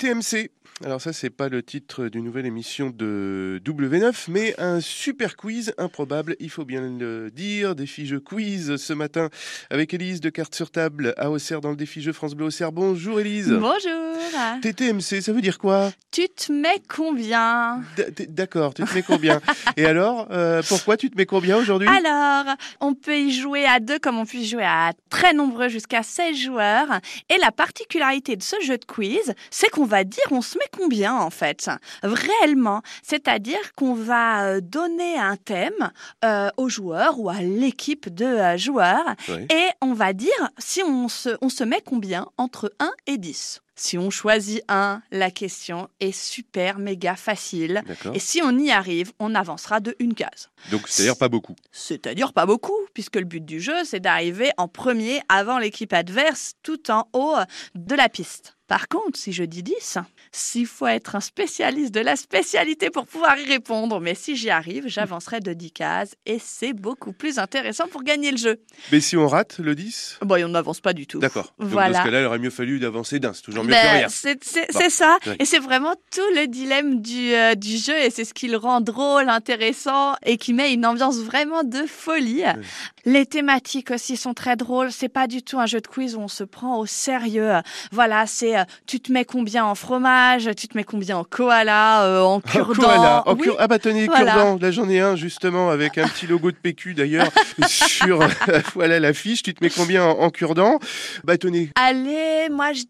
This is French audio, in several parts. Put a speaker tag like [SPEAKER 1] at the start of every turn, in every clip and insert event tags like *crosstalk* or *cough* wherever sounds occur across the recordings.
[SPEAKER 1] TTMC. Alors ça, c'est pas le titre d'une nouvelle émission de W9, mais un super quiz improbable, il faut bien le dire. Défi-jeu quiz ce matin avec Élise de Cartes sur Table à Auxerre dans le Défi-jeu France Bleu Auxerre. Bonjour Élise.
[SPEAKER 2] Bonjour.
[SPEAKER 1] TTMC, ça veut dire quoi
[SPEAKER 2] Tu te mets combien
[SPEAKER 1] D- t- D'accord, tu te mets combien Et alors, euh, pourquoi tu te mets combien aujourd'hui
[SPEAKER 2] Alors, on peut y jouer à deux comme on peut y jouer à très nombreux, jusqu'à 16 joueurs. Et la particularité de ce jeu de quiz, c'est qu'on va dire on se met combien en fait, réellement. C'est-à-dire qu'on va euh, donner un thème euh, aux joueurs ou à l'équipe de euh, joueurs
[SPEAKER 1] Ouais.
[SPEAKER 2] et on va dire si on se, on se met combien entre 1 et 10. Si on choisit 1, la question est super méga facile.
[SPEAKER 1] D'accord.
[SPEAKER 2] Et si on y arrive, on avancera de une case.
[SPEAKER 1] Donc c'est-à-dire pas beaucoup.
[SPEAKER 2] C'est-à-dire pas beaucoup, puisque le but du jeu, c'est d'arriver en premier avant l'équipe adverse, tout en haut de la piste. Par contre, si je dis 10, s'il faut être un spécialiste de la spécialité pour pouvoir y répondre, mais si j'y arrive, j'avancerai de 10 cases et c'est beaucoup plus intéressant pour gagner le jeu.
[SPEAKER 1] Mais si on rate le 10
[SPEAKER 2] Bon, et on n'avance pas du tout.
[SPEAKER 1] D'accord. Donc
[SPEAKER 2] Voilà.
[SPEAKER 1] dans ce cas-là, il aurait mieux fallu d'avancer d'un, c'est toujours mieux
[SPEAKER 2] Ben,
[SPEAKER 1] que rien.
[SPEAKER 2] C'est c'est-
[SPEAKER 1] Bon,
[SPEAKER 2] c'est ça.
[SPEAKER 1] oui.
[SPEAKER 2] Et c'est vraiment tout le dilemme du, euh, du jeu et c'est ce qui le rend drôle, intéressant et qui met une ambiance vraiment de folie.
[SPEAKER 1] Oui.
[SPEAKER 2] Les thématiques aussi sont très drôles. C'est pas du tout un jeu de quiz où on se prend au sérieux. Voilà, c'est euh, tu te mets combien en fromage, tu te mets combien en koala, euh, en
[SPEAKER 1] Un
[SPEAKER 2] cure-dent.
[SPEAKER 1] koala, *laughs* en
[SPEAKER 2] Oui,
[SPEAKER 1] cure- ah bah tenez,
[SPEAKER 2] Voilà.
[SPEAKER 1] cure-dent, là j'en ai un justement avec un petit logo de PQ
[SPEAKER 2] *laughs*
[SPEAKER 1] d'ailleurs sur euh, voilà l'affiche, tu te mets combien en, en cure-dent Bah tenez,
[SPEAKER 2] Allez, moi je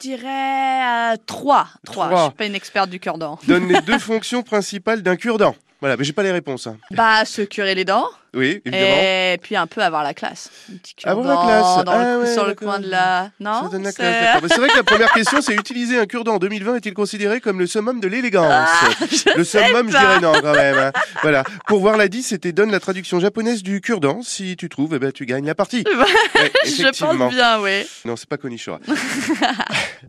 [SPEAKER 2] dirais 3. 3.
[SPEAKER 1] Trois.
[SPEAKER 2] Je suis pas une experte du cure-dent.
[SPEAKER 1] donne les
[SPEAKER 2] *laughs*
[SPEAKER 1] deux fonctions principales d'un cure-dent. Voilà, mais j'ai pas les réponses. hein.
[SPEAKER 2] Bah, se curer les dents.
[SPEAKER 1] Oui, évidemment.
[SPEAKER 2] Et puis un peu avoir la classe. Un petit
[SPEAKER 1] Avoir la
[SPEAKER 2] cure-dent
[SPEAKER 1] classe.
[SPEAKER 2] dans le
[SPEAKER 1] Ah
[SPEAKER 2] cou-
[SPEAKER 1] ouais,
[SPEAKER 2] sur le
[SPEAKER 1] d'accord.
[SPEAKER 2] coin de la. Non
[SPEAKER 1] Ça donne la
[SPEAKER 2] c'est-
[SPEAKER 1] classe, d'accord. Mais C'est vrai
[SPEAKER 2] *laughs*
[SPEAKER 1] que la première question, c'est utiliser un cure-dent en 2020 est-il considéré comme le summum de l'élégance
[SPEAKER 2] *laughs* Ah, je-
[SPEAKER 1] Le summum, je
[SPEAKER 2] pas.
[SPEAKER 1] dirais non quand même.
[SPEAKER 2] *laughs*
[SPEAKER 1] hein. Voilà. Pour voir la 10, c'était donne la traduction japonaise du cure-dent. Si tu trouves, eh ben, tu gagnes la
[SPEAKER 2] *laughs*
[SPEAKER 1] partie.
[SPEAKER 2] Bah,
[SPEAKER 1] Ouais,
[SPEAKER 2] Je
[SPEAKER 1] effectivement.
[SPEAKER 2] pense bien, oui.
[SPEAKER 1] Non, c'est pas
[SPEAKER 2] *laughs*
[SPEAKER 1] Konishira.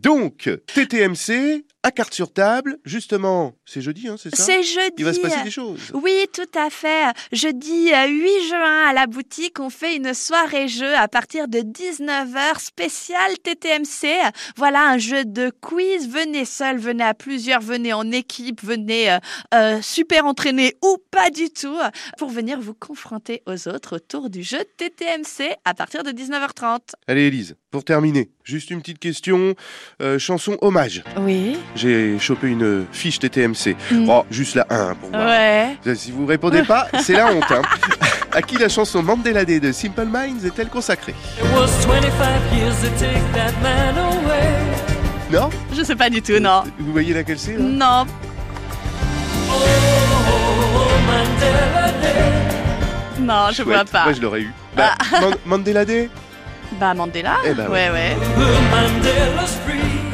[SPEAKER 1] Donc, TTMC, à carte sur table, justement, c'est jeudi, hein, c'est ça
[SPEAKER 2] C'est jeudi.
[SPEAKER 1] Il va se passer des choses.
[SPEAKER 2] Oui, tout à fait. Jeudi euh, 8 juin à la boutique, on fait une soirée jeu à partir de 19h spéciale TTMC. Voilà un jeu de quiz. Venez seul, venez à plusieurs, venez en équipe, venez euh, euh, super entraîné ou pas du tout pour venir vous confronter aux autres autour du jeu TTMC à partir de 19h30.
[SPEAKER 1] Allez, Élise, pour terminer, juste une petite question. euh, chanson hommage.
[SPEAKER 2] Oui.
[SPEAKER 1] J'ai chopé une euh, fiche TTMC.
[SPEAKER 2] Mm.
[SPEAKER 1] Oh, juste la 1 pour voir.
[SPEAKER 2] Ouais.
[SPEAKER 1] Si vous répondez
[SPEAKER 2] *laughs*
[SPEAKER 1] pas, c'est la honte. hein. à qui la chanson Mandela Day de Simple Minds est-elle consacrée
[SPEAKER 3] It was 25 years to take that man away.
[SPEAKER 1] Non
[SPEAKER 2] Je sais pas du tout, Euh, non.
[SPEAKER 1] Vous voyez laquelle c'est là
[SPEAKER 2] Non.
[SPEAKER 3] Oh, Mandela Day.
[SPEAKER 2] Non, je vois
[SPEAKER 1] Chouette.
[SPEAKER 2] pas. Ah.
[SPEAKER 1] Moi, je l'aurais eu. Bah, Man- Mandela Day
[SPEAKER 2] Bah Mandela
[SPEAKER 1] Eh ben
[SPEAKER 2] Ouais, ouais.
[SPEAKER 3] Mandela's free.